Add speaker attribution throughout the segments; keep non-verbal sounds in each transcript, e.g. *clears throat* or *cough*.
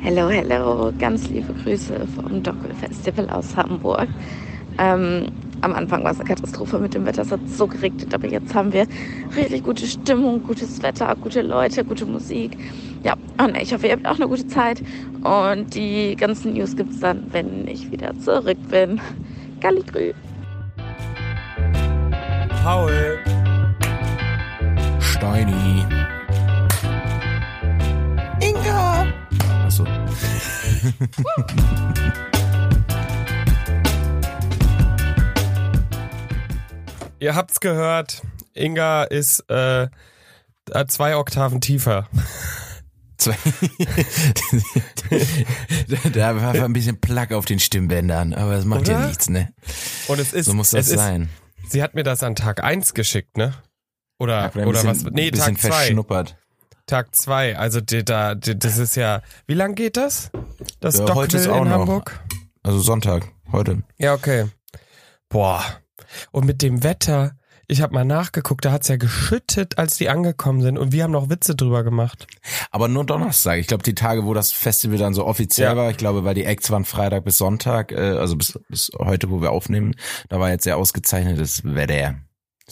Speaker 1: Hello, hello, ganz liebe Grüße vom Dockel Festival aus Hamburg. Ähm, am Anfang war es eine Katastrophe mit dem Wetter, es hat so geregnet, aber jetzt haben wir richtig gute Stimmung, gutes Wetter, gute Leute, gute Musik. Ja, und ich hoffe, ihr habt auch eine gute Zeit. Und die ganzen News gibt's dann, wenn ich wieder zurück bin. Galligrü.
Speaker 2: Paul.
Speaker 3: Steini.
Speaker 2: Inga.
Speaker 3: Achso.
Speaker 2: Ihr habt's gehört. Inga ist äh, äh, zwei Oktaven tiefer.
Speaker 3: Zwei. *laughs* da war ein bisschen Plack auf den Stimmbändern, aber das macht ja
Speaker 2: Oder?
Speaker 3: nichts, ne?
Speaker 2: Und es ist.
Speaker 3: So muss das
Speaker 2: es
Speaker 3: sein.
Speaker 2: Ist, sie hat mir das an Tag 1 geschickt, ne? Oder,
Speaker 3: Hat mir ein
Speaker 2: oder was?
Speaker 3: bisschen,
Speaker 2: Nee,
Speaker 3: bisschen
Speaker 2: Tag 2.
Speaker 3: verschnuppert.
Speaker 2: Tag 2. Also die, da, die, das ist ja. Wie lang geht das? Das
Speaker 3: Ja,
Speaker 2: Dockville
Speaker 3: heute ist auch
Speaker 2: in
Speaker 3: noch.
Speaker 2: Hamburg?
Speaker 3: Also Sonntag, heute.
Speaker 2: Ja, okay. Boah. Und mit dem Wetter, ich habe mal nachgeguckt, da hat's ja geschüttet, als die angekommen sind. Und wir haben noch Witze drüber gemacht.
Speaker 3: Aber nur Donnerstag. Ich glaube, die Tage, wo das Festival dann so offiziell
Speaker 2: Ja.
Speaker 3: war, ich glaube, weil die Acts waren Freitag bis Sonntag, äh, also bis, bis heute, wo wir aufnehmen, da war jetzt sehr ausgezeichnetes Wetter.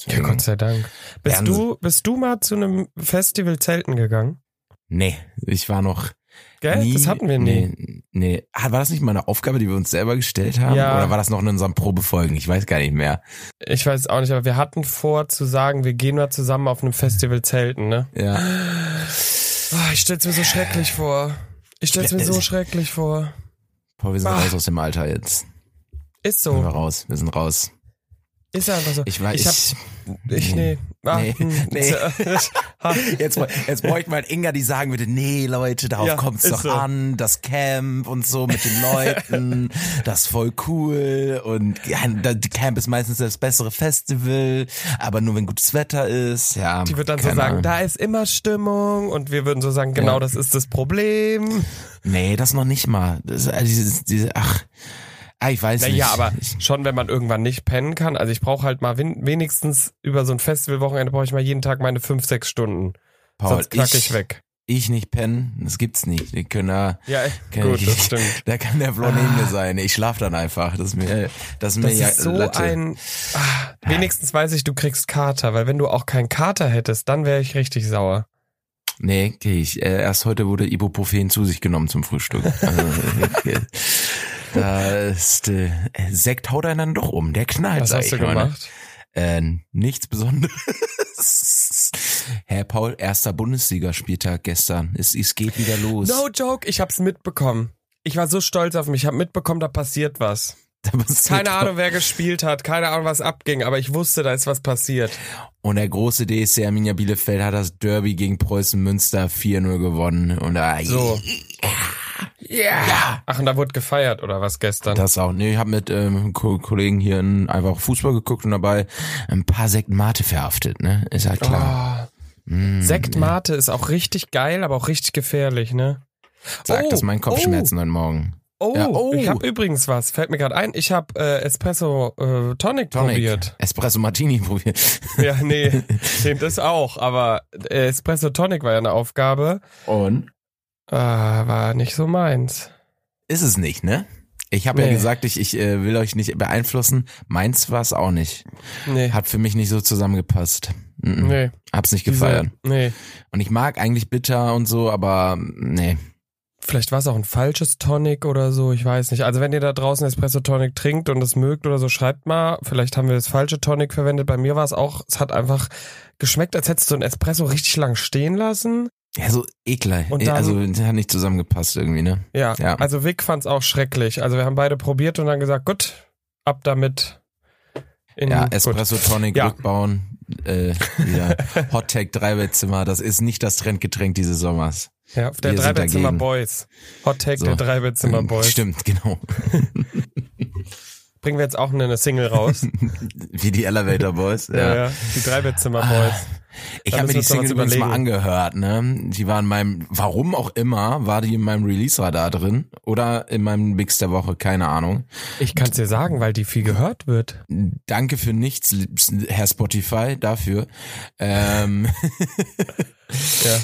Speaker 2: Ja, Gott sei Dank. Bist
Speaker 3: Wahnsinn.
Speaker 2: du, bist du mal zu einem Festival zelten gegangen?
Speaker 3: nee, ich war noch
Speaker 2: Gell?
Speaker 3: nie.
Speaker 2: das hatten wir nie.
Speaker 3: Nee, nee. Ah, war das nicht mal eine Aufgabe, die wir uns selber gestellt haben?
Speaker 2: Ja.
Speaker 3: Oder war das noch in unseren Probefolgen? Ich weiß gar nicht mehr.
Speaker 2: Ich weiß auch nicht, aber wir hatten vor zu sagen, wir gehen mal zusammen auf einem Festival zelten, ne?
Speaker 3: Ja.
Speaker 2: Ah, ich stell's mir so schrecklich vor. Ich stell's mir so schrecklich vor.
Speaker 3: Boah, wir sind
Speaker 2: Ah.
Speaker 3: raus aus dem Alter jetzt.
Speaker 2: Ist
Speaker 3: Sind wir
Speaker 2: so.
Speaker 3: raus. Wir sind raus.
Speaker 2: Ist einfach so.
Speaker 3: Ich weiß.
Speaker 2: Ich, hab, ich nee. Ah,
Speaker 3: Nee.
Speaker 2: *laughs* hm.
Speaker 3: Nee.
Speaker 2: Ha.
Speaker 3: Jetzt, br- jetzt bräuchte man Inga, die sagen würde, nee, Leute, darauf
Speaker 2: Ja,
Speaker 3: kommt's
Speaker 2: ist
Speaker 3: doch
Speaker 2: so.
Speaker 3: an, das Camp und so mit
Speaker 2: *laughs*
Speaker 3: den Leuten, das ist voll cool und ja, da- die Camp ist meistens das bessere Festival, aber nur wenn gutes Wetter ist, ja.
Speaker 2: Die wird dann so
Speaker 3: keine
Speaker 2: sagen,
Speaker 3: Ahnung.
Speaker 2: da ist immer Stimmung und wir würden so sagen, genau
Speaker 3: Ja.
Speaker 2: das ist das Problem.
Speaker 3: Nee, das noch nicht mal. Das, äh, dieses, diese, ach, ah, ich weiß nicht.
Speaker 2: Naja, aber
Speaker 3: Ich-
Speaker 2: schon, wenn man irgendwann nicht pennen kann. Also ich brauche halt mal wen- wenigstens über so ein Festivalwochenende brauche ich mal jeden Tag meine fünf, sechs Stunden.
Speaker 3: Paul,
Speaker 2: Sonst knack ich,
Speaker 3: ich-
Speaker 2: weg.
Speaker 3: Ich nicht pennen, das gibt's nicht. Die können da,
Speaker 2: Ja,
Speaker 3: kann
Speaker 2: gut,
Speaker 3: ich-
Speaker 2: das stimmt.
Speaker 3: da kann der Flo neben mir sein. Ich schlaf dann einfach. Das ist mir, das ist mir
Speaker 2: Ah. Das
Speaker 3: ja
Speaker 2: ist so
Speaker 3: Latte.
Speaker 2: ein. Ah, wenigstens weiß ich, du kriegst Kater, weil wenn du auch keinen Kater hättest, dann wäre ich richtig sauer.
Speaker 3: Nee, geh ich. Äh, erst heute wurde Ibuprofen zu sich genommen zum Frühstück. Also, äh,
Speaker 2: *laughs*
Speaker 3: äh, da ist äh, Sekt haut einen dann doch um. Der knallt.
Speaker 2: Was
Speaker 3: sag
Speaker 2: hast
Speaker 3: ich
Speaker 2: du
Speaker 3: mal, ne?
Speaker 2: gemacht?
Speaker 3: Äh, nichts Besonderes. Herr Paul, erster Bundesligaspieltag gestern. Es, es geht wieder los.
Speaker 2: No joke, ich hab's mitbekommen. Ich war so stolz auf mich, ich hab mitbekommen, da passiert was.
Speaker 3: Da passiert
Speaker 2: Keine
Speaker 3: was.
Speaker 2: Ahnung, wer gespielt hat, keine Ahnung, was abging, aber ich wusste, da ist was passiert.
Speaker 3: Und der große DSC Arminia Bielefeld hat das Derby gegen Preußen Münster 4-0 gewonnen. Und ah, da,
Speaker 2: So. Ja. Ach, und da wurde gefeiert, oder was gestern?
Speaker 3: Das auch. Nee, ich habe mit ähm, Ko Kollegen hier in, einfach Fußball geguckt und dabei ein paar Sekten Mate verhaftet, ne? Ist halt klar. Mhm.
Speaker 2: Oh. Sekt Mate ist auch richtig geil, aber auch richtig gefährlich, ne?
Speaker 3: Sagt
Speaker 2: oh,
Speaker 3: das meinen Kopfschmerzen heute Morgen.
Speaker 2: Oh,
Speaker 3: Ja,
Speaker 2: oh,
Speaker 3: oh.
Speaker 2: ich habe übrigens was, fällt mir gerade ein. Ich habe äh, Espresso äh, Tonic,
Speaker 3: Tonic. *laughs*
Speaker 2: probiert.
Speaker 3: Espresso Martini probiert.
Speaker 2: Ja, nee, nee, das auch, aber äh, Espresso Tonic war ja eine Aufgabe.
Speaker 3: Und?
Speaker 2: Äh, war nicht so meins.
Speaker 3: Ist es nicht, ne? Ich habe ja
Speaker 2: Nee.
Speaker 3: gesagt, ich, ich äh, will euch nicht beeinflussen. Meins war es auch nicht.
Speaker 2: Nee.
Speaker 3: Hat für mich nicht so zusammengepasst. Mhm.
Speaker 2: nee.
Speaker 3: Hab's nicht
Speaker 2: diese-
Speaker 3: gefeiert.
Speaker 2: Nee.
Speaker 3: Und ich mag eigentlich bitter und so, aber nee.
Speaker 2: Vielleicht war es auch ein falsches Tonic oder so, ich weiß nicht. Also wenn ihr da draußen Espresso Tonic trinkt und es mögt oder so, schreibt mal. Vielleicht haben wir das falsche Tonic verwendet. Bei mir war es auch, es hat einfach geschmeckt, als hättest du ein Espresso richtig lang stehen lassen.
Speaker 3: Ja, so eklig.
Speaker 2: Und dann-
Speaker 3: also hat nicht zusammengepasst irgendwie, ne?
Speaker 2: Ja,
Speaker 3: Ja.
Speaker 2: also Vic fand es auch schrecklich. Also wir haben beide probiert und dann gesagt, gut, ab damit. In,
Speaker 3: Ja,
Speaker 2: Mhm, gut.
Speaker 3: Espresso Tonic
Speaker 2: Ja.
Speaker 3: rückbauen, äh,
Speaker 2: *laughs*
Speaker 3: wieder Hot Tech Dreibettzimmer, das ist nicht das Trendgetränk dieses Sommers.
Speaker 2: Ja, der
Speaker 3: Wir sind
Speaker 2: Dreibettzimmer
Speaker 3: dagegen.
Speaker 2: Boys. Hot Take
Speaker 3: So.
Speaker 2: der
Speaker 3: *laughs*
Speaker 2: Dreibettzimmer Boys.
Speaker 3: Stimmt, genau.
Speaker 2: Bringen wir jetzt auch eine Single raus.
Speaker 3: Wie die Elevator Boys. *laughs* Ja. Ah.
Speaker 2: ja. ja, die Dreibettzimmer Boys.
Speaker 3: Ich
Speaker 2: Da
Speaker 3: habe
Speaker 2: müssen wir
Speaker 3: mir die
Speaker 2: uns noch
Speaker 3: Single
Speaker 2: was
Speaker 3: übrigens mal
Speaker 2: überlegen.
Speaker 3: angehört, ne? Die war in meinem, warum auch immer, war die in meinem Release-Radar drin oder in meinem Mix der Woche, keine Ahnung.
Speaker 2: Ich kann's dir sagen, weil die viel gehört wird.
Speaker 3: Danke für nichts, Herr Spotify, dafür. Ähm,
Speaker 2: Ja.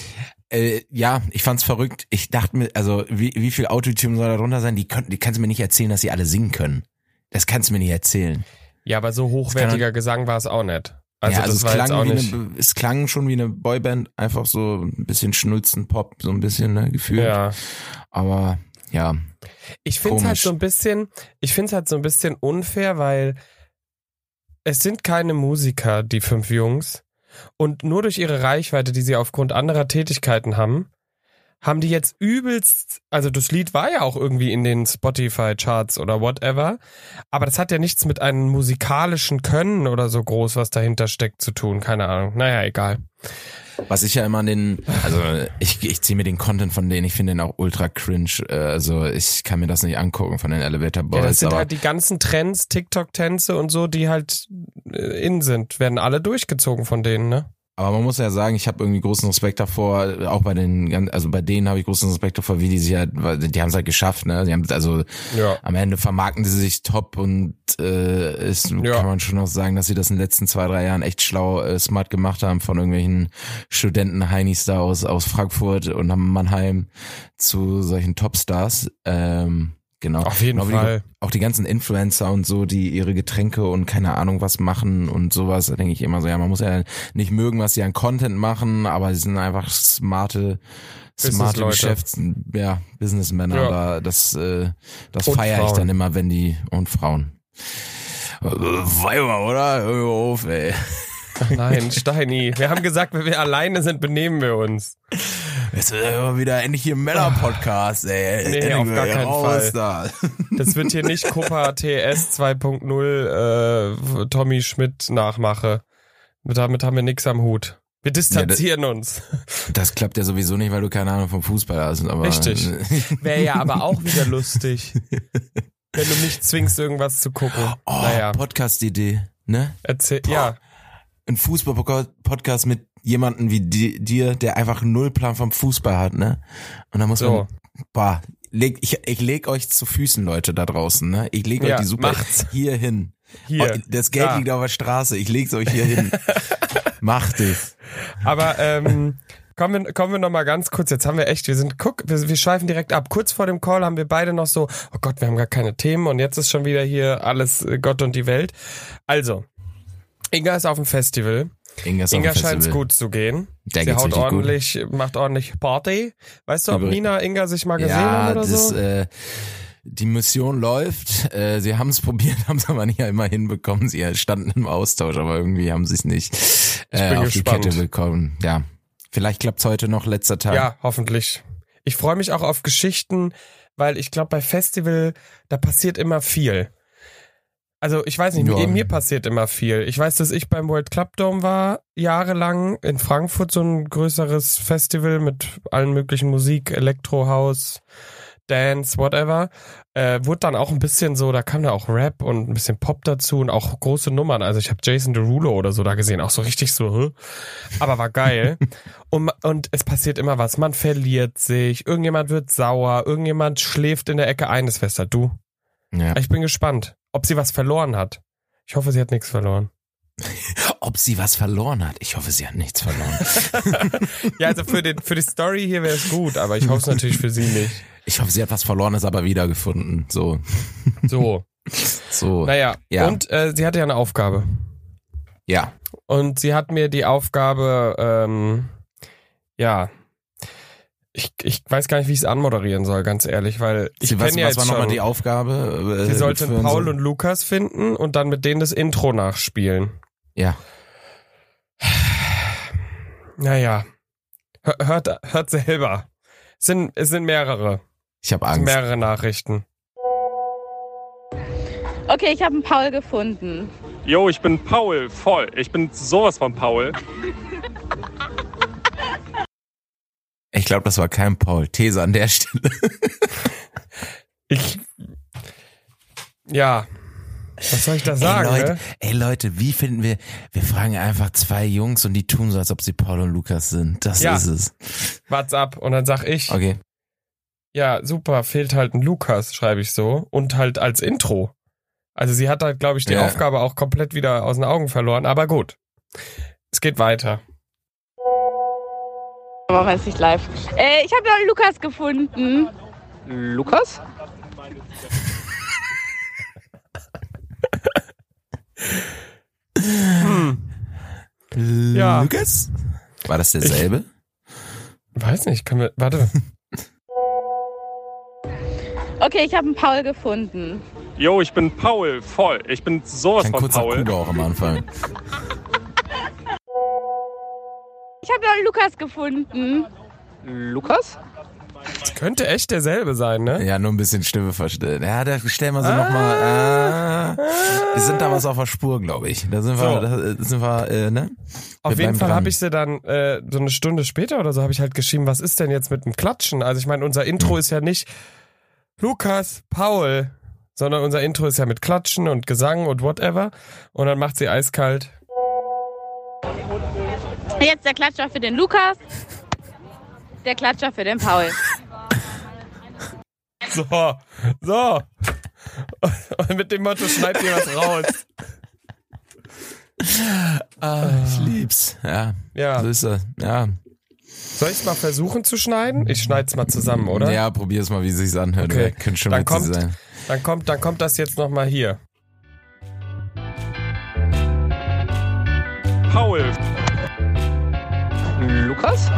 Speaker 3: Äh, ja, ich fand's verrückt. Ich dachte mir, also wie, wie viel Autotune soll da drunter sein? Die, können, die kannst du mir nicht erzählen, dass sie alle singen können. Das kannst du mir nicht erzählen.
Speaker 2: Ja, aber so hochwertiger Gesang war es auch nicht. Also,
Speaker 3: halt ja, also
Speaker 2: das
Speaker 3: es
Speaker 2: war jetzt auch
Speaker 3: klang, wie
Speaker 2: nicht.
Speaker 3: eine, es klang schon wie eine Boyband, einfach so ein bisschen schnulzen Pop, so ein bisschen ne, gefühlt.
Speaker 2: ja.
Speaker 3: Aber ja,
Speaker 2: Ich finde es halt
Speaker 3: Komisch.
Speaker 2: so ein bisschen, ich finde es halt so ein bisschen unfair, weil es sind keine Musiker, die fünf Jungs. Und nur durch ihre Reichweite, die sie aufgrund anderer Tätigkeiten haben, haben die jetzt übelst, also das Lied war ja auch irgendwie in den Spotify-Charts oder whatever, aber das hat ja nichts mit einem musikalischen Können oder so groß, was dahinter steckt, zu tun. Keine Ahnung. Naja, egal.
Speaker 3: was ich ja immer an den, also ich, ich ziehe mir den Content von denen, ich finde den auch ultra cringe. Äh, Also ich kann mir das nicht angucken von den Elevator
Speaker 2: Ja, das
Speaker 3: Boys.
Speaker 2: sind
Speaker 3: aber
Speaker 2: halt die ganzen Trends, TikTok-Tänze und so, die halt äh, in sind, werden alle durchgezogen von denen, ne?
Speaker 3: Aber man muss ja sagen, ich habe irgendwie großen Respekt davor, auch bei den, gan- also bei denen habe ich großen Respekt davor, wie die sich halt, weil die haben es halt geschafft, ne? Die haben also
Speaker 2: Ja.
Speaker 3: am Ende vermarkten sie sich top und äh, ist,
Speaker 2: Ja.
Speaker 3: kann man schon noch sagen, dass sie das in den letzten zwei, drei Jahren echt schlau äh, smart gemacht haben von irgendwelchen Studenten Heinis da aus, aus Frankfurt und haben Mannheim zu solchen Topstars. Ähm, genau.
Speaker 2: Auf jeden
Speaker 3: Genau wie
Speaker 2: Fall.
Speaker 3: Die, auch die ganzen Influencer und so, die ihre Getränke und keine Ahnung was machen und sowas, da denke ich immer so, ja, man muss ja nicht mögen, was sie an Content machen, aber sie sind einfach smarte, smarte
Speaker 2: Businessleute.
Speaker 3: Geschäfts, ja, Businessmänner,
Speaker 2: Ja.
Speaker 3: aber das, äh, das
Speaker 2: Und
Speaker 3: feiere ich
Speaker 2: Frauen.
Speaker 3: dann immer, wenn die, und Frauen. Äh, Weiber, oder? Hör mir auf, ey.
Speaker 2: *laughs* Nein, *laughs* Steini. Wir haben gesagt, wenn wir alleine sind, benehmen wir uns.
Speaker 3: Jetzt wird immer wieder endlich hier ein Männer-Podcast, ey.
Speaker 2: *laughs* Nee, auf gar keinen
Speaker 3: raus Da.
Speaker 2: Das wird hier nicht *laughs* Copa TS 2.0 äh, Tommy Schmidt nachmache. Damit haben wir nichts am Hut. Wir distanzieren uns.
Speaker 3: Das klappt ja sowieso nicht, weil du keine Ahnung vom Fußball hast, aber. äh,
Speaker 2: Richtig. Wäre ja aber auch wieder *laughs* lustig. Wenn du mich zwingst, irgendwas zu gucken.
Speaker 3: *laughs* Oh,
Speaker 2: naja,
Speaker 3: Podcast-Idee, ne?
Speaker 2: erzähl, ja.
Speaker 3: Ein Fußball-Podcast mit jemandem wie di- dir, der einfach null Plan vom Fußball hat, ne? Und da muss
Speaker 2: So.
Speaker 3: man, boah, leg, ich, ich leg euch zu Füßen, Leute, da draußen, ne? Ich leg
Speaker 2: Ja,
Speaker 3: euch die super
Speaker 2: macht's.
Speaker 3: hier hin.
Speaker 2: Hier.
Speaker 3: Oh, das Geld
Speaker 2: Da.
Speaker 3: liegt auf der Straße, ich leg's euch
Speaker 2: *laughs*
Speaker 3: hier hin. Macht es.
Speaker 2: Aber ähm, kommen wir, kommen wir noch mal ganz kurz. Jetzt haben wir echt, wir sind, guck, wir, wir schweifen direkt ab. Kurz vor dem Call haben wir beide noch so, oh Gott, wir haben gar keine Themen und jetzt ist schon wieder hier alles äh, Gott und die Welt. Also, Inga ist auf dem Festival.
Speaker 3: Inga, ist auf dem
Speaker 2: Inga scheint es
Speaker 3: Festival.
Speaker 2: gut zu gehen.
Speaker 3: Der
Speaker 2: Sie
Speaker 3: geht's
Speaker 2: haut
Speaker 3: richtig gut.
Speaker 2: ordentlich, macht ordentlich Party. Weißt du, ob
Speaker 3: Übrig-
Speaker 2: Nina Inga sich mal gesehen
Speaker 3: Ja,
Speaker 2: hat oder
Speaker 3: das,
Speaker 2: so?
Speaker 3: äh, die Mission läuft. Äh, sie haben es *laughs* probiert, haben es aber nicht immer hinbekommen. Sie standen im Austausch, aber irgendwie haben sie es nicht äh,
Speaker 2: bin
Speaker 3: auf
Speaker 2: gespannt.
Speaker 3: die Kette bekommen. Ja. Vielleicht klappt's heute noch, letzter Tag.
Speaker 2: Ja, hoffentlich. Ich freue mich auch auf Geschichten, weil ich glaube, bei Festival, da passiert immer viel. Also ich weiß nicht,
Speaker 3: Ja.
Speaker 2: mir, mir passiert immer viel. Ich weiß, dass ich beim World Club Dome war, jahrelang in Frankfurt, so ein größeres Festival mit allen möglichen Musik, Elektrohaus, Dance, whatever. Äh, wurde dann auch ein bisschen so, da kam da auch Rap und ein bisschen Pop dazu und auch große Nummern. Also ich habe Jason Derulo oder so da gesehen, auch so richtig so, hä? aber war geil. Und, und es passiert immer was. Man verliert sich, irgendjemand wird sauer, irgendjemand schläft in der Ecke ein. Das wärst halt du.
Speaker 3: Ja.
Speaker 2: Ich bin gespannt, ob sie was verloren hat. Ich hoffe, sie hat nichts verloren.
Speaker 3: Ob sie was verloren hat? Ich hoffe, sie hat nichts
Speaker 2: *laughs*
Speaker 3: verloren.
Speaker 2: Ja, also für, den, für die Story hier wäre es gut, aber ich hoffe es natürlich für sie nicht.
Speaker 3: ich hoffe, sie hat was Verlorenes, aber wiedergefunden. So,
Speaker 2: So,
Speaker 3: so.
Speaker 2: naja.
Speaker 3: Ja.
Speaker 2: Und äh, sie hatte ja eine Aufgabe.
Speaker 3: Ja.
Speaker 2: Und sie hat mir die Aufgabe, ähm, ja, ich, ich weiß gar nicht, wie ich es anmoderieren soll, ganz ehrlich, weil ich
Speaker 3: Sie- was
Speaker 2: kenne ja
Speaker 3: was
Speaker 2: jetzt
Speaker 3: war
Speaker 2: schon.
Speaker 3: nochmal die Aufgabe? Äh,
Speaker 2: Sie sollte
Speaker 3: für
Speaker 2: Paul
Speaker 3: unsere-
Speaker 2: und Lukas finden und dann mit denen das Intro nachspielen.
Speaker 3: Ja.
Speaker 2: Naja. Hör- Hört, hört selber. Es sind, es sind mehrere.
Speaker 3: Ich habe
Speaker 2: Es sind
Speaker 3: Angst.
Speaker 2: mehrere Nachrichten.
Speaker 1: Okay, ich habe einen Paul gefunden.
Speaker 4: Jo, ich bin Paul, voll. Ich bin sowas von Paul.
Speaker 3: Ich glaube, das war kein Paul. These an der Stelle.
Speaker 2: Ich. Ja. Was soll ich da sagen?
Speaker 3: Ey Leute,
Speaker 2: ne?
Speaker 3: ey Leute, wie finden wir, wir fragen einfach zwei Jungs und die tun so, als ob sie Paul und Lukas sind. Das
Speaker 2: Ja.
Speaker 3: ist es.
Speaker 2: Wart's ab. Und dann sag ich,
Speaker 3: Okay.
Speaker 2: ja, super, fehlt halt ein Lukas, schreibe ich so. Und halt als Intro. Also sie hat halt, glaube ich, die
Speaker 3: Ja.
Speaker 2: Aufgabe auch komplett wieder aus den Augen verloren. Aber gut. Es geht weiter.
Speaker 1: Aber man ist nicht live. Äh, ich habe noch Lukas gefunden.
Speaker 5: Lukas?
Speaker 2: Ja.
Speaker 3: Lukas? War das derselbe?
Speaker 2: Weiß nicht, können wir.
Speaker 3: *laughs*
Speaker 2: Warte.
Speaker 1: Okay, ich habe einen Paul gefunden.
Speaker 4: Jo, ich bin Paul, voll. Ich bin sowas
Speaker 3: Klang
Speaker 4: von
Speaker 3: kurz nach
Speaker 4: Paul.
Speaker 3: Kuba auch am Anfang.
Speaker 1: Ich habe noch Lukas gefunden.
Speaker 5: Lukas?
Speaker 2: Das könnte echt derselbe sein, ne?
Speaker 3: Ja, nur ein bisschen Stimme verstellen. Ja, da stellen wir sie noch nochmal. Ah. Wir sind damals auf der Spur, glaube ich. Da sind wir, da sind wir, äh, ne?
Speaker 2: Auf
Speaker 3: Wir
Speaker 2: jeden
Speaker 3: bleiben
Speaker 2: Fall
Speaker 3: dran.
Speaker 2: habe ich sie dann äh, so eine Stunde später oder so habe ich halt geschrieben, was ist denn jetzt mit dem Klatschen? Also ich meine, unser
Speaker 3: Hm.
Speaker 2: Intro ist ja nicht Lukas, Paul, sondern unser Intro ist ja mit Klatschen und Gesang und whatever. Und dann macht sie eiskalt.
Speaker 1: Jetzt der Klatscher für den Lukas. Der Klatscher für den Paul.
Speaker 2: So, so. Und mit dem Motto, schneid dir was
Speaker 3: *laughs*
Speaker 2: raus.
Speaker 3: Ah, ich lieb's. Ja,
Speaker 2: Ja.
Speaker 3: so ist das. Ja.
Speaker 2: Soll ich mal versuchen zu schneiden? Ich schneide es mal zusammen, oder?
Speaker 3: Ja, probier's mal, wie sich's anhört.
Speaker 2: Okay.
Speaker 3: Okay. Könnte schon
Speaker 2: Dann
Speaker 3: witzig
Speaker 2: kommt-
Speaker 3: sein.
Speaker 2: Dann kommt, dann kommt das jetzt nochmal hier.
Speaker 4: Paul,
Speaker 5: Lukas?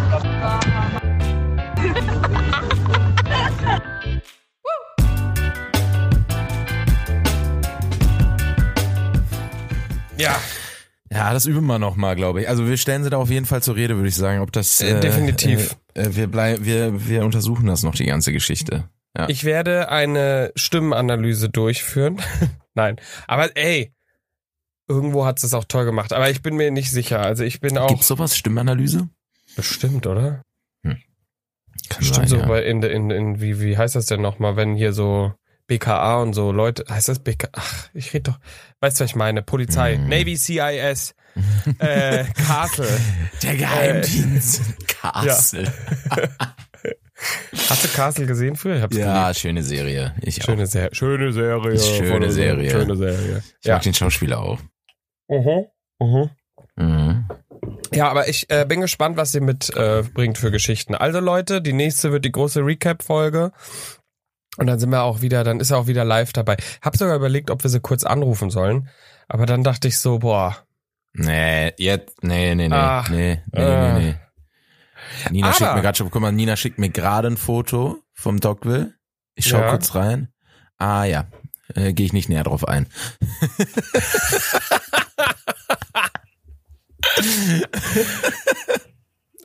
Speaker 2: Ja,
Speaker 3: Ja, das üben wir nochmal, glaube ich. Also wir stellen sie da auf jeden Fall zur Rede, würde ich sagen. Ob das
Speaker 2: Äh, definitiv.
Speaker 3: Äh, äh, wir bleiben, wir, wir untersuchen das noch die ganze Geschichte. Ja.
Speaker 2: ich werde eine Stimmenanalyse durchführen. *laughs* Nein, aber ey, irgendwo hat es auch toll gemacht. Aber ich bin mir nicht sicher. Also ich bin auch
Speaker 3: Gibt's sowas? Stimmanalyse?
Speaker 2: bestimmt, oder?
Speaker 3: Kann
Speaker 2: Bestimmt so
Speaker 3: ja.
Speaker 2: bei in, in, in wie wie heißt das denn nochmal, wenn hier so BKA und so Leute, heißt das BKA? Ach, ich rede doch. Weißt du, was ich meine? Polizei,
Speaker 3: Mhm.
Speaker 2: Navy,
Speaker 3: *laughs*
Speaker 2: CIS, äh, Castle.
Speaker 3: Der Geheimdienst. Äh, *laughs* Castle.
Speaker 2: Hast du Castle gesehen früher? Ich hab's
Speaker 3: Ja. schöne Serie.
Speaker 2: geliebt.
Speaker 3: Ich auch.
Speaker 2: Schöne, Ser schöne Serie.
Speaker 3: Ist schöne
Speaker 2: Voll-
Speaker 3: Serie.
Speaker 2: Schöne Serie.
Speaker 3: ich mag den Schauspieler auch.
Speaker 2: Mhm. Mhm.
Speaker 3: Mhm.
Speaker 2: Ja, aber ich äh, bin gespannt, was ihr mitbringt äh, bringt für Geschichten. Also Leute, die nächste wird die große Recap-Folge. Und dann sind wir auch wieder, dann ist er auch wieder live dabei. Hab sogar überlegt, ob wir sie kurz anrufen sollen. Aber dann dachte ich so, boah.
Speaker 3: Nee, jetzt, nee, nee, nee,
Speaker 2: Ah.
Speaker 3: nee, nee,
Speaker 2: Äh.
Speaker 3: nee, nee. Nina
Speaker 2: Aber-
Speaker 3: schickt mir gerade schon, guck mal, Nina schickt mir gerade ein Foto vom Dogville. Ich schau
Speaker 2: Ja.
Speaker 3: kurz rein. Ah ja, äh, gehe ich nicht näher drauf ein.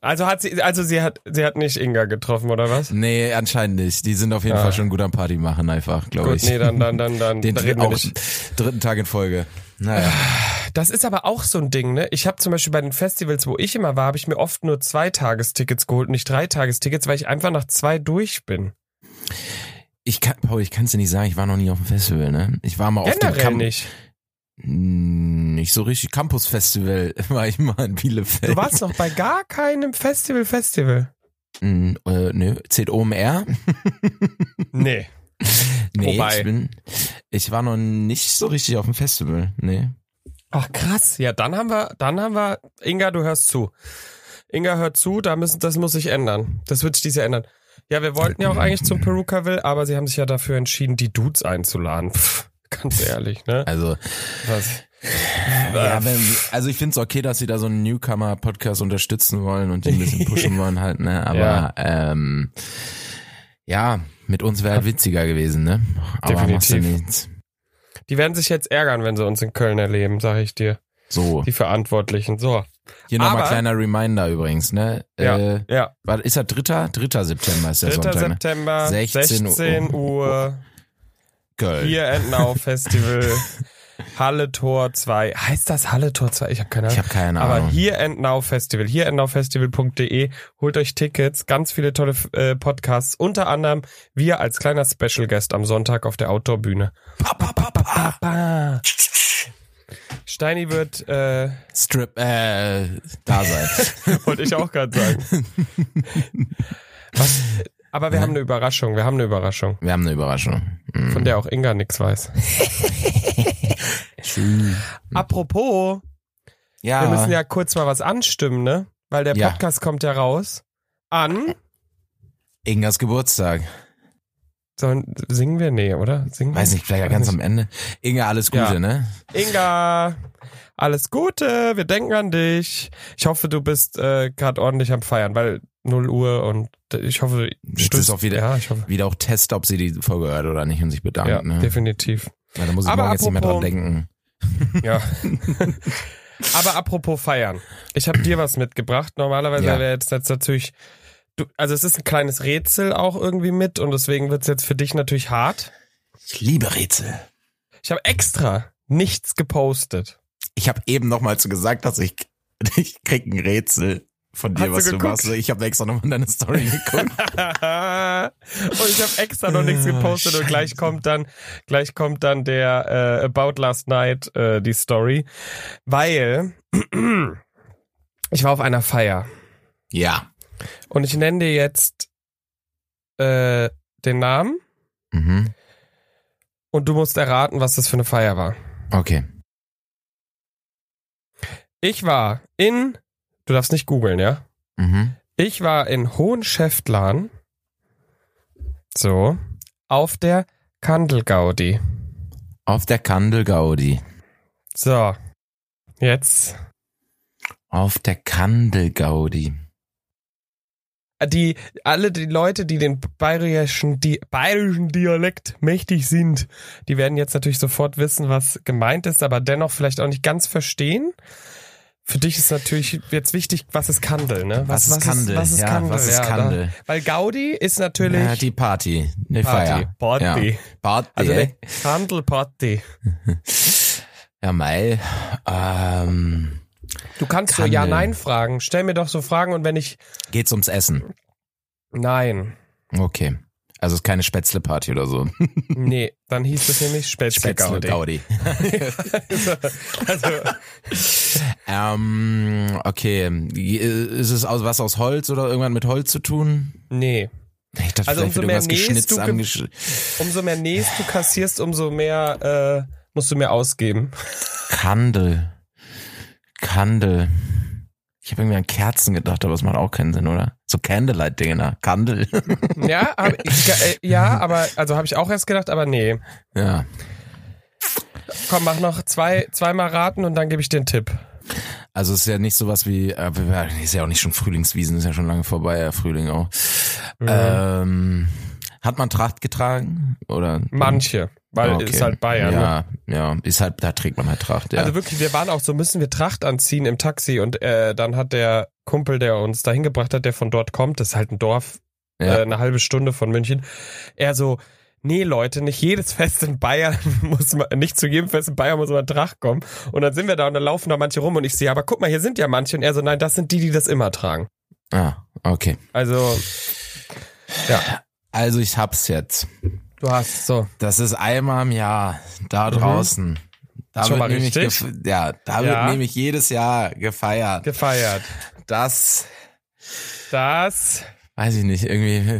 Speaker 2: Also hat sie, also sie hat, sie hat nicht Inga getroffen, oder was?
Speaker 3: Nee, anscheinend nicht. Die sind auf jeden
Speaker 2: Ah.
Speaker 3: Fall schon gut am Party machen einfach, glaube
Speaker 2: Gut,
Speaker 3: ich.
Speaker 2: nee, dann, dann, dann, dann
Speaker 3: *laughs* Den
Speaker 2: da
Speaker 3: dritten,
Speaker 2: reden wir
Speaker 3: auch,
Speaker 2: nicht.
Speaker 3: dritten Tag in Folge. Naja.
Speaker 2: Das ist aber auch so ein Ding, ne? Ich habe zum Beispiel bei den Festivals, wo ich immer war, habe ich mir oft nur zwei Tagestickets geholt, nicht drei Tagestickets, weil ich einfach nach zwei durch bin.
Speaker 3: Ich kann, Paul, ich kann es dir nicht sagen, ich war noch nie auf dem Festival, ne? Ich war mal auf dem
Speaker 2: Generell
Speaker 3: Camp
Speaker 2: nicht.
Speaker 3: Mm, Nicht so richtig. Campus Festival *laughs* war ich mal in Bielefeld.
Speaker 2: Du warst noch bei gar keinem Festival Festival.
Speaker 3: Mm, äh, nö, zählt OMR?
Speaker 2: Nee.
Speaker 3: Nee,
Speaker 2: Wobei.
Speaker 3: ich bin, ich war noch nicht so richtig auf dem Festival, nee.
Speaker 2: Ach krass. Ja, dann haben wir, dann haben wir, Inga, du hörst zu. Inga hört zu, da müssen, das muss sich ändern. Das wird sich dieses Jahr ändern. Ja, wir wollten ja auch eigentlich zum Perukaville, aber sie haben sich ja dafür entschieden, die Dudes einzuladen. Pff, ganz ehrlich, ne?
Speaker 3: Also,
Speaker 2: Was? Äh,
Speaker 3: ja, wenn, also ich finde es okay, dass sie da so einen Newcomer-Podcast unterstützen wollen und
Speaker 2: *laughs*
Speaker 3: die ein bisschen pushen wollen halt, ne, aber,
Speaker 2: Ja.
Speaker 3: ähm, ja, mit uns wäre halt witziger gewesen, ne? Aber machst du
Speaker 2: Definitiv.
Speaker 3: nichts.
Speaker 2: Die werden sich jetzt ärgern, wenn sie uns in Köln erleben, sag ich dir.
Speaker 3: So,
Speaker 2: Die Verantwortlichen. So.
Speaker 3: hier nochmal
Speaker 2: aber-
Speaker 3: kleiner Reminder übrigens, ne?
Speaker 2: Ja,
Speaker 3: Äh,
Speaker 2: ja.
Speaker 3: Warte, ist das dritter? Dritter September ist der
Speaker 2: 3.
Speaker 3: Sonntag. Ne?
Speaker 2: September, 16,
Speaker 3: 16
Speaker 2: Uhr,
Speaker 3: Köln.
Speaker 2: hier
Speaker 3: *laughs*
Speaker 2: Entenau Festival, Halle Tor 2. Heißt das Halle Tor 2? Ich habe keine Ahnung.
Speaker 3: Ich habe keine
Speaker 2: Aber
Speaker 3: Ahnung.
Speaker 2: hier Entenau Festival, hier entenau-festival.de, holt euch Tickets, ganz viele tolle äh, Podcasts, unter anderem wir als kleiner Special Guest am Sonntag auf der Outdoor Bühne. Steini wird, äh, *laughs*
Speaker 3: Strip, äh, da sein.
Speaker 2: wollte ich auch gerade sagen. Was? Aber wir haben eine Überraschung, wir haben eine Überraschung,
Speaker 3: Wir haben eine Überraschung. Mhm.
Speaker 2: von der auch Inga nichts weiß. Apropos,
Speaker 3: ja.
Speaker 2: wir müssen ja kurz mal was anstimmen, ne? Weil der
Speaker 3: Ah. Ja.
Speaker 2: Podcast kommt ja raus an.
Speaker 3: Ingas Geburtstag.
Speaker 2: Sollen, singen wir? Nee, oder? Singen
Speaker 3: Weiß
Speaker 2: wir?
Speaker 3: nicht, vielleicht ja ganz am Ende. Inga, alles Gute,
Speaker 2: Ja.
Speaker 3: ne?
Speaker 2: Inga, alles Gute, wir denken an dich. Ich hoffe, du bist äh, gerade ordentlich am Feiern, weil 0 Uhr und ich hoffe, du
Speaker 3: Jetzt ist auch wieder-
Speaker 2: Ja, ich hoffe.
Speaker 3: Wieder auch testen, ob sie die Folge hört oder nicht und sich bedankt,
Speaker 2: Ja,
Speaker 3: ne?
Speaker 2: definitiv.
Speaker 3: Weil da muss ich
Speaker 2: Aber
Speaker 3: morgen jetzt nicht mehr dran
Speaker 2: apropos-
Speaker 3: denken. *laughs*
Speaker 2: Ja. Aber apropos feiern. Ich habe dir was mitgebracht. Normalerweise
Speaker 3: Ja.
Speaker 2: wäre jetzt, jetzt natürlich. Du, also es ist ein kleines Rätsel auch irgendwie mit und deswegen wird es jetzt für dich natürlich hart.
Speaker 3: Ich liebe Rätsel.
Speaker 2: Ich habe extra nichts gepostet.
Speaker 3: Ich habe eben nochmals gesagt, dass ich, *laughs* ich krieg ein Rätsel von dir,
Speaker 2: Hast du
Speaker 3: was du
Speaker 2: geguckt?
Speaker 3: machst. Ich habe extra nochmal deine Story geguckt.
Speaker 2: *laughs* und ich habe extra noch nichts
Speaker 3: Ah,
Speaker 2: gepostet und gleich
Speaker 3: scheiße.
Speaker 2: kommt dann, gleich kommt dann der äh, About Last Night äh, die Story, weil *clears throat* ich war auf einer Feier.
Speaker 3: ja.
Speaker 2: Und ich nenne dir jetzt äh, den Namen
Speaker 3: Mhm.
Speaker 2: und du musst erraten, was das für eine Feier war.
Speaker 3: Okay.
Speaker 2: Ich war in, du darfst nicht googeln, ja?
Speaker 3: Mhm.
Speaker 2: Ich war in Hohenschäftlarn, so, auf der Kandelgaudi.
Speaker 3: Auf der Kandel Gaudi.
Speaker 2: So, jetzt.
Speaker 3: Auf der Kandel Gaudi.
Speaker 2: Die, alle die Leute, die den bayerischen, die, bayerischen Dialekt mächtig sind, die werden jetzt natürlich sofort wissen, was gemeint ist, aber dennoch vielleicht auch nicht ganz verstehen. Für dich ist natürlich jetzt wichtig, was ist Kandel, ne?
Speaker 3: Was, ist Kandel?
Speaker 2: Was ist
Speaker 3: ja,
Speaker 2: Kandel?
Speaker 3: Was ist
Speaker 2: Ja, da-
Speaker 3: Kandel?
Speaker 2: Weil Gaudi ist natürlich
Speaker 3: Ja, die Party. Eine
Speaker 2: Party.
Speaker 3: Feier.
Speaker 2: Party.
Speaker 3: Ja. Party.
Speaker 2: Also
Speaker 3: ey.
Speaker 2: ne, Kandelparty.
Speaker 3: Ja, Mai. Ähm,
Speaker 2: Du kannst so
Speaker 3: Kandel.
Speaker 2: Ja-Nein-Fragen. Stell mir doch so Fragen und wenn ich
Speaker 3: geht's ums Essen?
Speaker 2: Nein,
Speaker 3: Okay. Also ist keine Spätzle-Party oder so.
Speaker 2: nee, dann hieß es nämlich Spätzle-Gaudi.
Speaker 3: Gaudi.
Speaker 2: *laughs* also,
Speaker 3: ähm, okay. Ist es aus, was aus Holz oder irgendwann mit Holz zu tun?
Speaker 2: nee.
Speaker 3: Ich dachte,
Speaker 2: Also
Speaker 3: vielleicht
Speaker 2: umso
Speaker 3: wird
Speaker 2: mehr
Speaker 3: irgendwas
Speaker 2: nähst
Speaker 3: geschnitzt,
Speaker 2: du ge-
Speaker 3: angesch
Speaker 2: Umso mehr Näs du kassierst, umso mehr äh, musst du mehr ausgeben.
Speaker 3: Kandel. Kandel. Ich habe irgendwie an Kerzen gedacht, aber das macht auch keinen Sinn, oder? So Candlelight-Dinger. Kandel. *laughs*
Speaker 2: Ja, hab ich, äh, ja, aber also habe ich auch erst gedacht, aber nee.
Speaker 3: ja.
Speaker 2: Komm, mach noch zwei, zweimal raten und dann gebe ich den Tipp.
Speaker 3: Also es ist ja nicht sowas wie, äh, ist ja auch nicht schon Frühlingswiesen, ist ja schon lange vorbei, ja, Frühling auch.
Speaker 2: Mhm.
Speaker 3: Ähm, hat man Tracht getragen? Oder?
Speaker 2: Manche, weil
Speaker 3: Ah, okay.
Speaker 2: ist halt Bayern. Ne?
Speaker 3: Ja, ja, ist halt, da trägt man halt Tracht, ja.
Speaker 2: Also wirklich, wir waren auch so, müssen wir Tracht anziehen im Taxi und äh, dann hat der Kumpel, der uns dahin gebracht hat, der von dort kommt, das ist halt ein Dorf,
Speaker 3: Ja.
Speaker 2: äh, eine halbe Stunde von München, er so, nee Leute, nicht jedes *laughs* Fest in Bayern muss man, nicht zu jedem Fest in Bayern muss man Tracht kommen. Und dann sind wir da und dann laufen da manche rum und ich sehe, aber guck mal, hier sind ja manche und er so, nein, das sind die, die das immer tragen.
Speaker 3: ah, okay.
Speaker 2: Also, ja,
Speaker 3: Also ich hab's jetzt.
Speaker 2: du hast so.
Speaker 3: Das ist einmal im Jahr da
Speaker 2: Mhm.
Speaker 3: draußen. Da
Speaker 2: Schon mal
Speaker 3: nämlich
Speaker 2: richtig.
Speaker 3: gef- ja, da
Speaker 2: Ja.
Speaker 3: wird nämlich jedes Jahr gefeiert.
Speaker 2: Gefeiert.
Speaker 3: Das,
Speaker 2: Das.
Speaker 3: weiß ich nicht,
Speaker 2: *laughs*
Speaker 3: irgendwie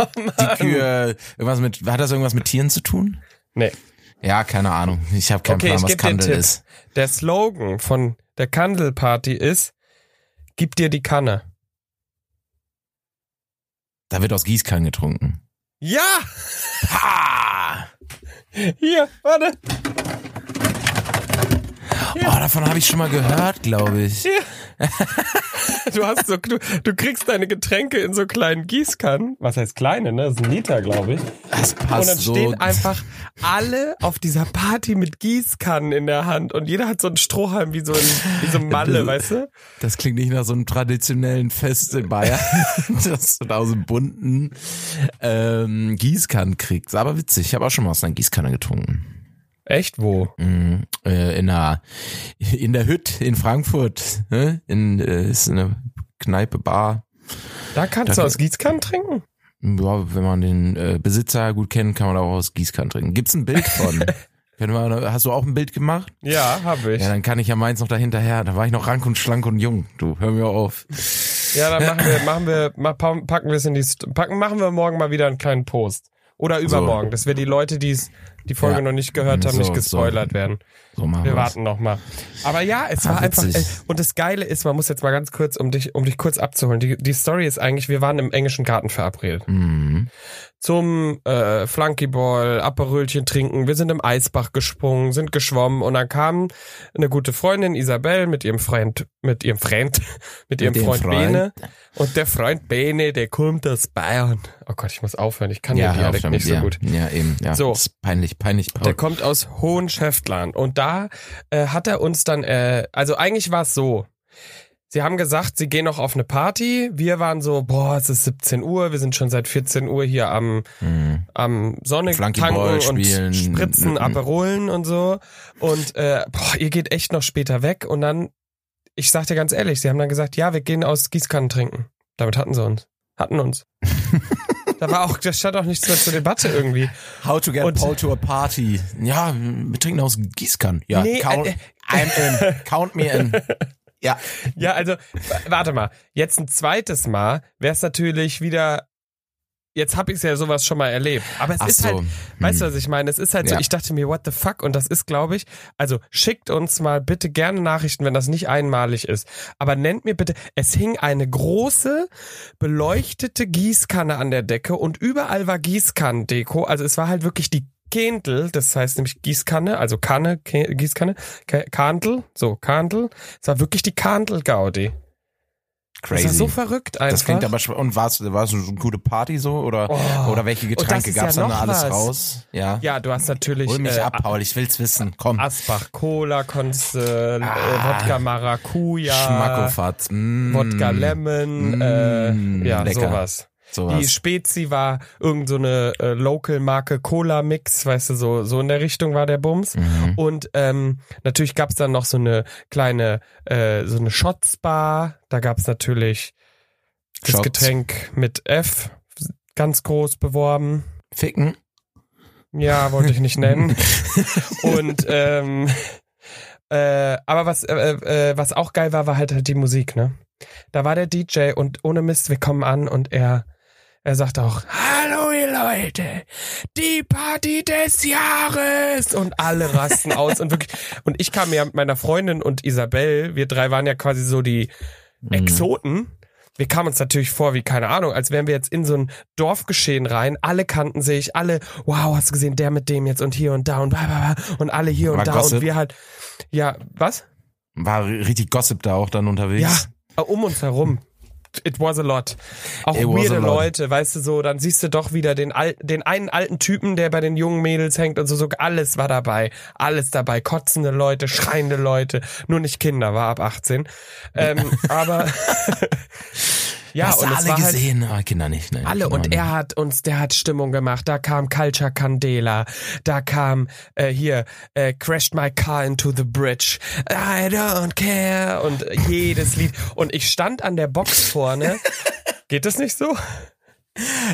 Speaker 2: Oh
Speaker 3: die Kühe, irgendwas mit, hat das irgendwas mit Tieren zu tun?
Speaker 2: Nee.
Speaker 3: Ja, keine Ahnung. Ich habe keinen
Speaker 2: Okay,
Speaker 3: Plan,
Speaker 2: ich
Speaker 3: was
Speaker 2: geb dir einen
Speaker 3: Kandel
Speaker 2: Tipp.
Speaker 3: ist.
Speaker 2: Der Slogan von der Kandelparty ist, gib dir die Kanne.
Speaker 3: Da wird aus Gießkannen getrunken.
Speaker 2: Ja!
Speaker 3: Ha!
Speaker 2: Hier, warte.
Speaker 3: Oh, davon habe ich schon mal gehört, glaube ich.
Speaker 2: *laughs* Du hast so, du, du kriegst deine Getränke in so kleinen Gießkannen. Was heißt kleine, ne? Das ist ein Liter, glaube ich.
Speaker 3: Das
Speaker 2: Und
Speaker 3: passt
Speaker 2: dann
Speaker 3: so.
Speaker 2: stehen einfach alle auf dieser Party mit Gießkannen in der Hand und jeder hat so einen Strohhalm wie so ein, wie so ein Malle, weißt du?
Speaker 3: *laughs* Das klingt nicht nach so einem traditionellen Fest
Speaker 2: *laughs*
Speaker 3: in Bayern, *laughs* dass du da aus einem bunten ähm, Gießkannen kriegst. Aber witzig, ich habe auch schon mal aus einer Gießkanne getrunken.
Speaker 2: Echt wo?
Speaker 3: Mhm. Äh, in, einer, in der Hütte in Frankfurt. Ne? In, äh, ist eine Kneipe, Bar.
Speaker 2: Da kannst du
Speaker 3: Da-
Speaker 2: aus Gießkannen trinken?
Speaker 3: Ja, wenn man den äh, Besitzer gut kennt, kann man auch aus Gießkannen trinken. Gibt's ein Bild
Speaker 2: *laughs*
Speaker 3: von? Können wir, hast du auch ein Bild gemacht?
Speaker 2: Ja, habe ich.
Speaker 3: Ja,
Speaker 2: Ja,
Speaker 3: dann kann ich ja meins noch dahinterher. Da war ich noch rank und schlank und jung. Du, hör mir auf.
Speaker 2: dann machen wir, machen wir, ma- pa- packen wir es in die, St- packen, machen wir morgen mal wieder einen kleinen Post. Oder übermorgen, dass wir die Leute, die's, die Folge
Speaker 3: Ja.
Speaker 2: noch nicht gehört haben,
Speaker 3: So,
Speaker 2: nicht gespoilert
Speaker 3: so.
Speaker 2: werden.
Speaker 3: So machen
Speaker 2: Wir
Speaker 3: wir's.
Speaker 2: warten noch mal. Aber ja, es
Speaker 3: Ah,
Speaker 2: war einfach.
Speaker 3: witzig.
Speaker 2: äh, Und das Geile ist, man muss jetzt mal ganz kurz, um dich, um dich kurz abzuholen. Die, die Story ist eigentlich, wir waren im englischen Garten verabredet.
Speaker 3: Mhm.
Speaker 2: Zum äh, Flunkyball, Aperölchen trinken. Wir sind im Eisbach gesprungen, sind geschwommen und dann kam eine gute Freundin, Isabel, mit ihrem Freund, mit ihrem Freund, *laughs* mit ihrem
Speaker 3: dem
Speaker 2: Freund,
Speaker 3: Freund.
Speaker 2: Bene. Und der Freund Bene, der kommt aus Bayern. Oh Gott, ich muss aufhören. Ich kann
Speaker 3: Ja,
Speaker 2: den
Speaker 3: hör auf
Speaker 2: Dialekt
Speaker 3: damit,
Speaker 2: nicht so
Speaker 3: ja. Oh.
Speaker 2: gut.
Speaker 3: Ja, eben. Ja.
Speaker 2: So.
Speaker 3: Ist peinlich, peinlich, Paul.
Speaker 2: Der kommt aus Hohenschäftlern. Und da äh, hat er uns dann, äh, also eigentlich war es so. Sie haben gesagt, sie gehen noch auf eine Party. Wir waren so, boah, es ist 17 Uhr, wir sind schon seit 14 Uhr hier am,
Speaker 3: Mhm.
Speaker 2: am Sonne
Speaker 3: Flunkyball
Speaker 2: tanken und
Speaker 3: spielen.
Speaker 2: Spritzen,
Speaker 3: Mhm.
Speaker 2: Aperolen und so. Und äh, boah, ihr geht echt noch später weg. Und dann, ich sag dir ganz ehrlich, sie haben dann gesagt, ja, wir gehen aus Gießkannen trinken. Damit hatten sie uns. Hatten
Speaker 3: *laughs*
Speaker 2: uns. da war auch, das stand auch nichts mehr zur Debatte irgendwie.
Speaker 3: How to get
Speaker 2: Und-
Speaker 3: Paul to a party. Ja, wir trinken aus Gießkannen. Ja,
Speaker 2: Nee,
Speaker 3: count,
Speaker 2: äh,
Speaker 3: I'm in. Count me
Speaker 2: *laughs*
Speaker 3: in. Ja.
Speaker 2: Ja, also, w- warte mal. Jetzt ein zweites Mal wäre es natürlich wieder. Jetzt hab ich ja sowas schon mal erlebt. Aber es
Speaker 3: Ach
Speaker 2: ist
Speaker 3: so.
Speaker 2: halt,
Speaker 3: Hm.
Speaker 2: weißt du, was ich meine? Es ist halt so,
Speaker 3: Ja.
Speaker 2: ich dachte mir, what the fuck? Und das ist, glaube ich, also schickt uns mal bitte gerne Nachrichten, wenn das nicht einmalig ist. Aber nennt mir bitte, es hing eine große, beleuchtete Gießkanne an der Decke und überall war Gießkannendeko. Also es war halt wirklich die Kentel, das heißt nämlich Gießkanne, also Kanne, Ke- Gießkanne, Ke- Kantel, so Kantel. Es war wirklich die Kantel-Gaudi. Das
Speaker 3: Crazy.
Speaker 2: war so verrückt einfach.
Speaker 3: Das klingt aber schw- und war's war's so eine gute Party so oder
Speaker 2: Oh.
Speaker 3: oder welche
Speaker 2: das
Speaker 3: Getränke
Speaker 2: ist
Speaker 3: gab's
Speaker 2: ja
Speaker 3: dann
Speaker 2: noch
Speaker 3: da alles
Speaker 2: was.
Speaker 3: raus? Ja.
Speaker 2: ja, du hast natürlich
Speaker 3: Hol mich
Speaker 2: äh,
Speaker 3: ab, Paul, ich will's wissen. Komm.
Speaker 2: Asbach Cola, konntest äh, äh,
Speaker 3: Ah.
Speaker 2: Wodka Maracuja,
Speaker 3: Schmackofatz. Mm.
Speaker 2: Wodka Lemon,
Speaker 3: Mm,
Speaker 2: äh, ja,
Speaker 3: lecker.
Speaker 2: sowas. Die
Speaker 3: Sowas.
Speaker 2: Spezi war irgend so eine äh, Local-Marke Cola Mix, weißt du, so, so in der Richtung war der Bums.
Speaker 3: Mhm.
Speaker 2: Und ähm, natürlich gab's dann noch so eine kleine, äh, so eine Shotsbar. Da gab's natürlich das
Speaker 3: Shots.
Speaker 2: Getränk mit F, ganz groß beworben.
Speaker 3: Ficken.
Speaker 2: Ja, wollte ich nicht nennen. Und ähm, äh, aber was äh, äh, was auch geil war, war halt, halt die Musik, ne? Da war der DJ und ohne Mist, wir kommen an und er er sagt auch Hallo ihr Leute, die Party des Jahres und alle rasten aus und wirklich und ich kam ja mit meiner Freundin und Isabel, wir drei waren ja quasi so die
Speaker 3: Mhm.
Speaker 2: Exoten. Wir kamen uns natürlich vor wie, keine Ahnung, als wären wir jetzt in so ein Dorfgeschehen rein. Alle kannten sich, alle, wow, hast du gesehen, der mit dem jetzt und hier und da und bla bla bla und alle hier und
Speaker 3: War
Speaker 2: da
Speaker 3: Gossip?
Speaker 2: und wir halt. Ja, was?
Speaker 3: War richtig Gossip da auch dann
Speaker 2: Ja,
Speaker 3: unterwegs.
Speaker 2: äh, um uns herum. It was a lot. Auch
Speaker 3: It was
Speaker 2: weirde
Speaker 3: a lot.
Speaker 2: Leute, weißt du so, dann siehst du doch wieder den, al den einen alten Typen, der bei den jungen Mädels hängt und so, so, alles war dabei. Alles dabei. Kotzende Leute, schreiende Leute, nur nicht Kinder, war ab 18. Ähm,
Speaker 3: *laughs*
Speaker 2: aber *laughs* ja,
Speaker 3: Hast du
Speaker 2: und es
Speaker 3: alle
Speaker 2: war halt,
Speaker 3: gesehen? Ah, Kinder nicht, ne?
Speaker 2: alle
Speaker 3: Kinder
Speaker 2: und
Speaker 3: nicht.
Speaker 2: er hat uns, der hat Stimmung gemacht. Da kam Culture Candela, da kam äh, hier äh, Crashed My Car into the Bridge, I don't care und äh, jedes Lied. Und ich stand an der Box
Speaker 3: *laughs*
Speaker 2: vorne. Geht das nicht so?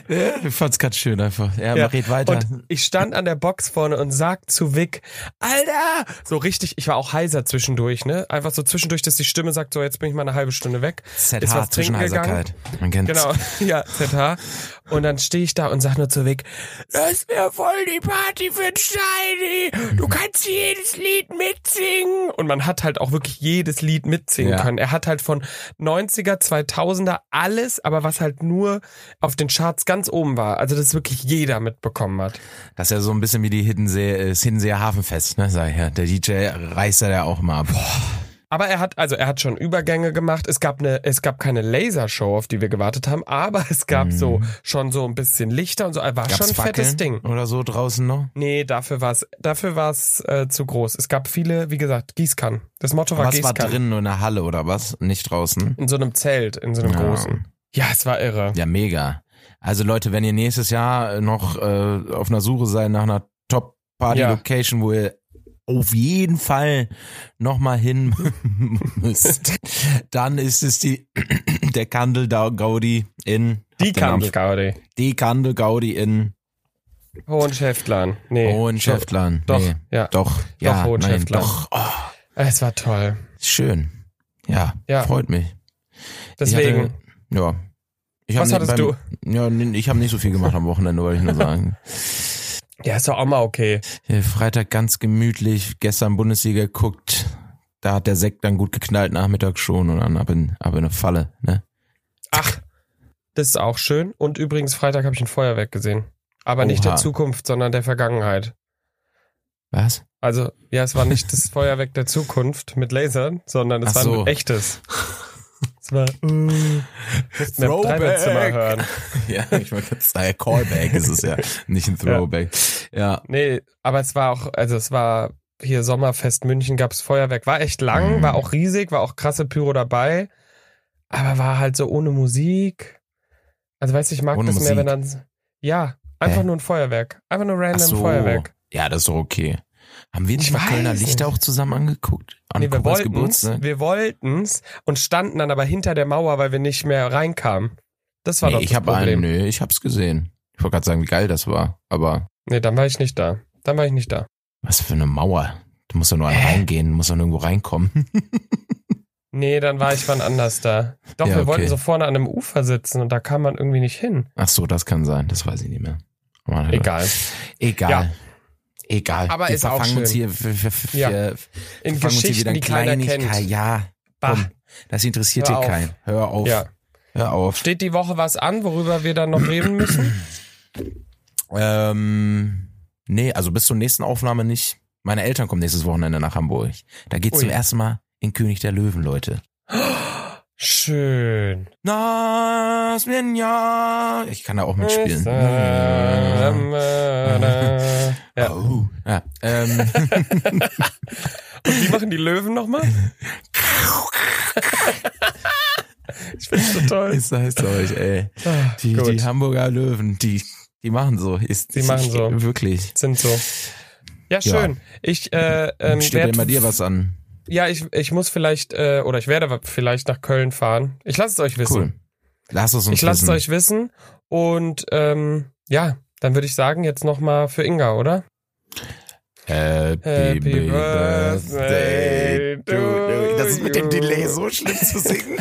Speaker 3: Ja, *laughs* ich fand's ganz schön einfach. Ja,
Speaker 2: Ja.
Speaker 3: man red weiter.
Speaker 2: Und ich stand an der Box vorne und sag zu Vic, Alter! So richtig, ich war auch heiser zwischendurch, ne? Einfach so zwischendurch, dass die Stimme sagt, so jetzt bin ich mal eine halbe Stunde weg. Ist was
Speaker 3: ZH,
Speaker 2: trinken gegangen.
Speaker 3: Zwischenheiserkeit. Man kennt's. *laughs*
Speaker 2: Genau, *laughs* ja, ZH. Und dann stehe ich da und sag nur zu Vic, lass mir voll die Party für den Steini. Du kannst jedes Lied mitsingen. Und man hat halt auch wirklich jedes Lied mitsingen
Speaker 3: Ja.
Speaker 2: können. Er hat halt von 90er, 2000er alles, aber was halt nur auf den Charts ganz oben war. Also das wirklich jeder mitbekommen hat.
Speaker 3: Das ist ja so ein bisschen wie die Hiddensee, das Hiddenseer Hafenfest, ne? Sag ich ja. Der DJ reißt da ja auch mal ab.
Speaker 2: Aber er hat, also er hat schon Übergänge gemacht. Es gab eine, es gab keine Lasershow, auf die wir gewartet haben, aber es gab so schon so ein bisschen Lichter und so. Er war
Speaker 3: Mhm. Gab's
Speaker 2: schon ein fettes Ding.
Speaker 3: Fackeln Oder so draußen noch?
Speaker 2: Nee, dafür war es dafür war's, äh, zu groß. Es gab viele, wie gesagt, Gießkannen. Das Motto war
Speaker 3: Was war
Speaker 2: Gießkannen.
Speaker 3: drin, nur in der Halle oder was? Nicht draußen?
Speaker 2: In so einem Zelt, in so einem
Speaker 3: Ja.
Speaker 2: großen. Ja, es war irre.
Speaker 3: Ja, mega. Also Leute, wenn ihr nächstes Jahr noch äh, auf einer Suche seid nach einer
Speaker 2: Ja.
Speaker 3: Top-Party-Location, wo ihr auf jeden Fall nochmal hin *laughs* müsst, dann ist es die *clears throat* der Kandel Da- Gaudi in
Speaker 2: Die
Speaker 3: hab den Namen-
Speaker 2: kam Gaudi.
Speaker 3: Die Kandel Gaudi in
Speaker 2: Hohenschäftlern. Nee.
Speaker 3: Hohenschäftlern.
Speaker 2: Doch,
Speaker 3: Nee.
Speaker 2: ja.
Speaker 3: Doch, ja, nein,
Speaker 2: Hohenschäftlern.
Speaker 3: doch. Oh,
Speaker 2: Es war toll.
Speaker 3: schön. Ja,
Speaker 2: Ja.
Speaker 3: freut mich. Ich
Speaker 2: Deswegen,
Speaker 3: Hatte, ja, Ich hab
Speaker 2: Was
Speaker 3: nicht-
Speaker 2: hattest
Speaker 3: beim- Ja, nee, ich habe nicht so viel gemacht am Wochenende, wollte ich
Speaker 2: *laughs*
Speaker 3: nur sagen.
Speaker 2: Ja, ist doch auch mal okay.
Speaker 3: Äh, Freitag ganz gemütlich, gestern Bundesliga geguckt. Da hat der Sekt dann gut geknallt, Nachmittag schon und dann ab in, ab in eine Falle. Ne?
Speaker 2: Ach, das ist auch schön. Und übrigens, Freitag habe ich ein Feuerwerk gesehen. Aber nicht
Speaker 3: Oha.
Speaker 2: der Zukunft, sondern der Vergangenheit.
Speaker 3: Was?
Speaker 2: *laughs* Also, ja, es war nicht
Speaker 3: *laughs*
Speaker 2: das Feuerwerk der Zukunft mit Lasern, sondern es
Speaker 3: Ach
Speaker 2: war
Speaker 3: so. Äh,
Speaker 2: ein
Speaker 3: *laughs*
Speaker 2: echtes. Es war. Mussten wir drei letzte Mal hören.
Speaker 3: Ja, ich wollte gerade sagen, Callback ist es ja, *laughs* nicht ein Throwback. Ja,
Speaker 2: Nee, aber es war auch, also es war hier Sommerfest München, gab's Feuerwerk. War echt lang,
Speaker 3: Mhm.
Speaker 2: war auch riesig, war auch krasse Pyro dabei, aber war halt so ohne Musik. Also weißt du, ich mag
Speaker 3: Ohne
Speaker 2: das mehr, wenn
Speaker 3: Musik?
Speaker 2: dann. Ja, einfach
Speaker 3: Hä?
Speaker 2: nur ein Feuerwerk. Einfach nur
Speaker 3: ach
Speaker 2: random
Speaker 3: so.
Speaker 2: Feuerwerk.
Speaker 3: Ja, das ist doch okay. Haben wir nicht
Speaker 2: Ich
Speaker 3: mal
Speaker 2: weiß
Speaker 3: Kölner
Speaker 2: nicht.
Speaker 3: Lichter auch zusammen angeguckt? An
Speaker 2: Nee, wir
Speaker 3: Kuppers
Speaker 2: wollten's, wir wollten's und standen dann aber hinter der Mauer, weil wir nicht mehr reinkamen. Das war
Speaker 3: Nee,
Speaker 2: doch
Speaker 3: ich
Speaker 2: das
Speaker 3: habe
Speaker 2: Problem.
Speaker 3: einen, nö, ich hab's gesehen. Ich wollte gerade sagen, wie geil das war, aber
Speaker 2: Nee, dann war ich nicht da. Dann war ich nicht da.
Speaker 3: was für eine Mauer. Du musst doch nur
Speaker 2: Hä?
Speaker 3: reingehen, du musst doch
Speaker 2: *laughs*
Speaker 3: irgendwo reinkommen.
Speaker 2: Nee, dann war ich wann anders da. Doch,
Speaker 3: Ja,
Speaker 2: wir
Speaker 3: okay.
Speaker 2: wollten so vorne an einem Ufer sitzen und da kam man irgendwie nicht hin.
Speaker 3: Ach so, das kann sein, das weiß ich nicht mehr. Man,
Speaker 2: Egal.
Speaker 3: Egal.
Speaker 2: Ja.
Speaker 3: Egal.
Speaker 2: Aber
Speaker 3: wir
Speaker 2: ist auch
Speaker 3: verfangen uns
Speaker 2: schön.
Speaker 3: hier, wir, wir, wir,
Speaker 2: Ja.
Speaker 3: wir
Speaker 2: In
Speaker 3: verfangen uns hier wieder
Speaker 2: Geschichten,
Speaker 3: in
Speaker 2: die keiner
Speaker 3: Kleinigkeit.
Speaker 2: kennt.
Speaker 3: Ja,
Speaker 2: Bah.
Speaker 3: komm, das interessiert
Speaker 2: Hör
Speaker 3: dir
Speaker 2: auf.
Speaker 3: keinen. Hör auf.
Speaker 2: Ja.
Speaker 3: Hör auf.
Speaker 2: Steht die Woche was an, worüber wir dann noch reden
Speaker 3: *clears throat*
Speaker 2: müssen?
Speaker 3: Ähm, nee, also bis zur nächsten Aufnahme nicht. Meine Eltern kommen nächstes Wochenende nach Hamburg. Da geht's
Speaker 2: Ui.
Speaker 3: zum ersten Mal in König der Löwen, Leute.
Speaker 2: Schön.
Speaker 3: Nas ja. Ich Hm. kann da auch mitspielen.
Speaker 2: Ähm, äh, äh,
Speaker 3: *laughs*
Speaker 2: Ja.
Speaker 3: Au. Ja, ähm,
Speaker 2: *laughs* Und wie machen die Löwen nochmal? Ich find's so toll.
Speaker 3: *laughs* ich sag's euch, ey.
Speaker 2: Ah,
Speaker 3: *laughs* Die,
Speaker 2: Gut.
Speaker 3: die Hamburger Löwen, die, die machen so. Ist,
Speaker 2: Die machen so.
Speaker 3: Wirklich.
Speaker 2: sind so. Ja, schön. Ich äh, ähm,
Speaker 3: Steht denn
Speaker 2: werd-
Speaker 3: bei dir was an?
Speaker 2: Ja, ich, ich muss vielleicht, äh, oder ich werde vielleicht nach Köln fahren. Ich lasse es euch wissen.
Speaker 3: Cool. Lass es uns
Speaker 2: Ich lasse es
Speaker 3: wissen.
Speaker 2: euch wissen. Und ähm, ja, dann würde ich sagen, jetzt nochmal für Inga, oder?
Speaker 3: Happy,
Speaker 2: Happy
Speaker 3: Birthday
Speaker 2: Birthday
Speaker 3: to you.
Speaker 2: to
Speaker 3: Das ist mit dem
Speaker 2: you.
Speaker 3: Delay so schlimm zu singen.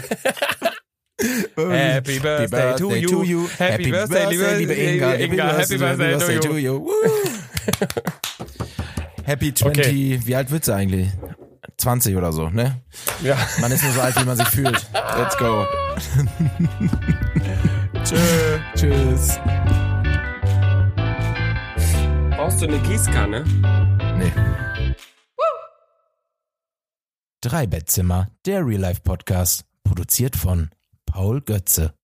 Speaker 2: *laughs* Happy Birthday to you. Happy Birthday, liebe Inga. Inga, Happy Birthday to
Speaker 3: you. Woo. *laughs* Happy 20. Wie alt wird sie eigentlich? 20 oder so, ne?
Speaker 2: Ja.
Speaker 3: Man ist nur so alt, wie man sich fühlt. Let's go.
Speaker 2: Tschö.
Speaker 3: Tschüss.
Speaker 2: Brauchst du eine Gießkanne?
Speaker 3: Nee. Drei Bettzimmer, der Real Life Podcast, produziert von Paul Götze.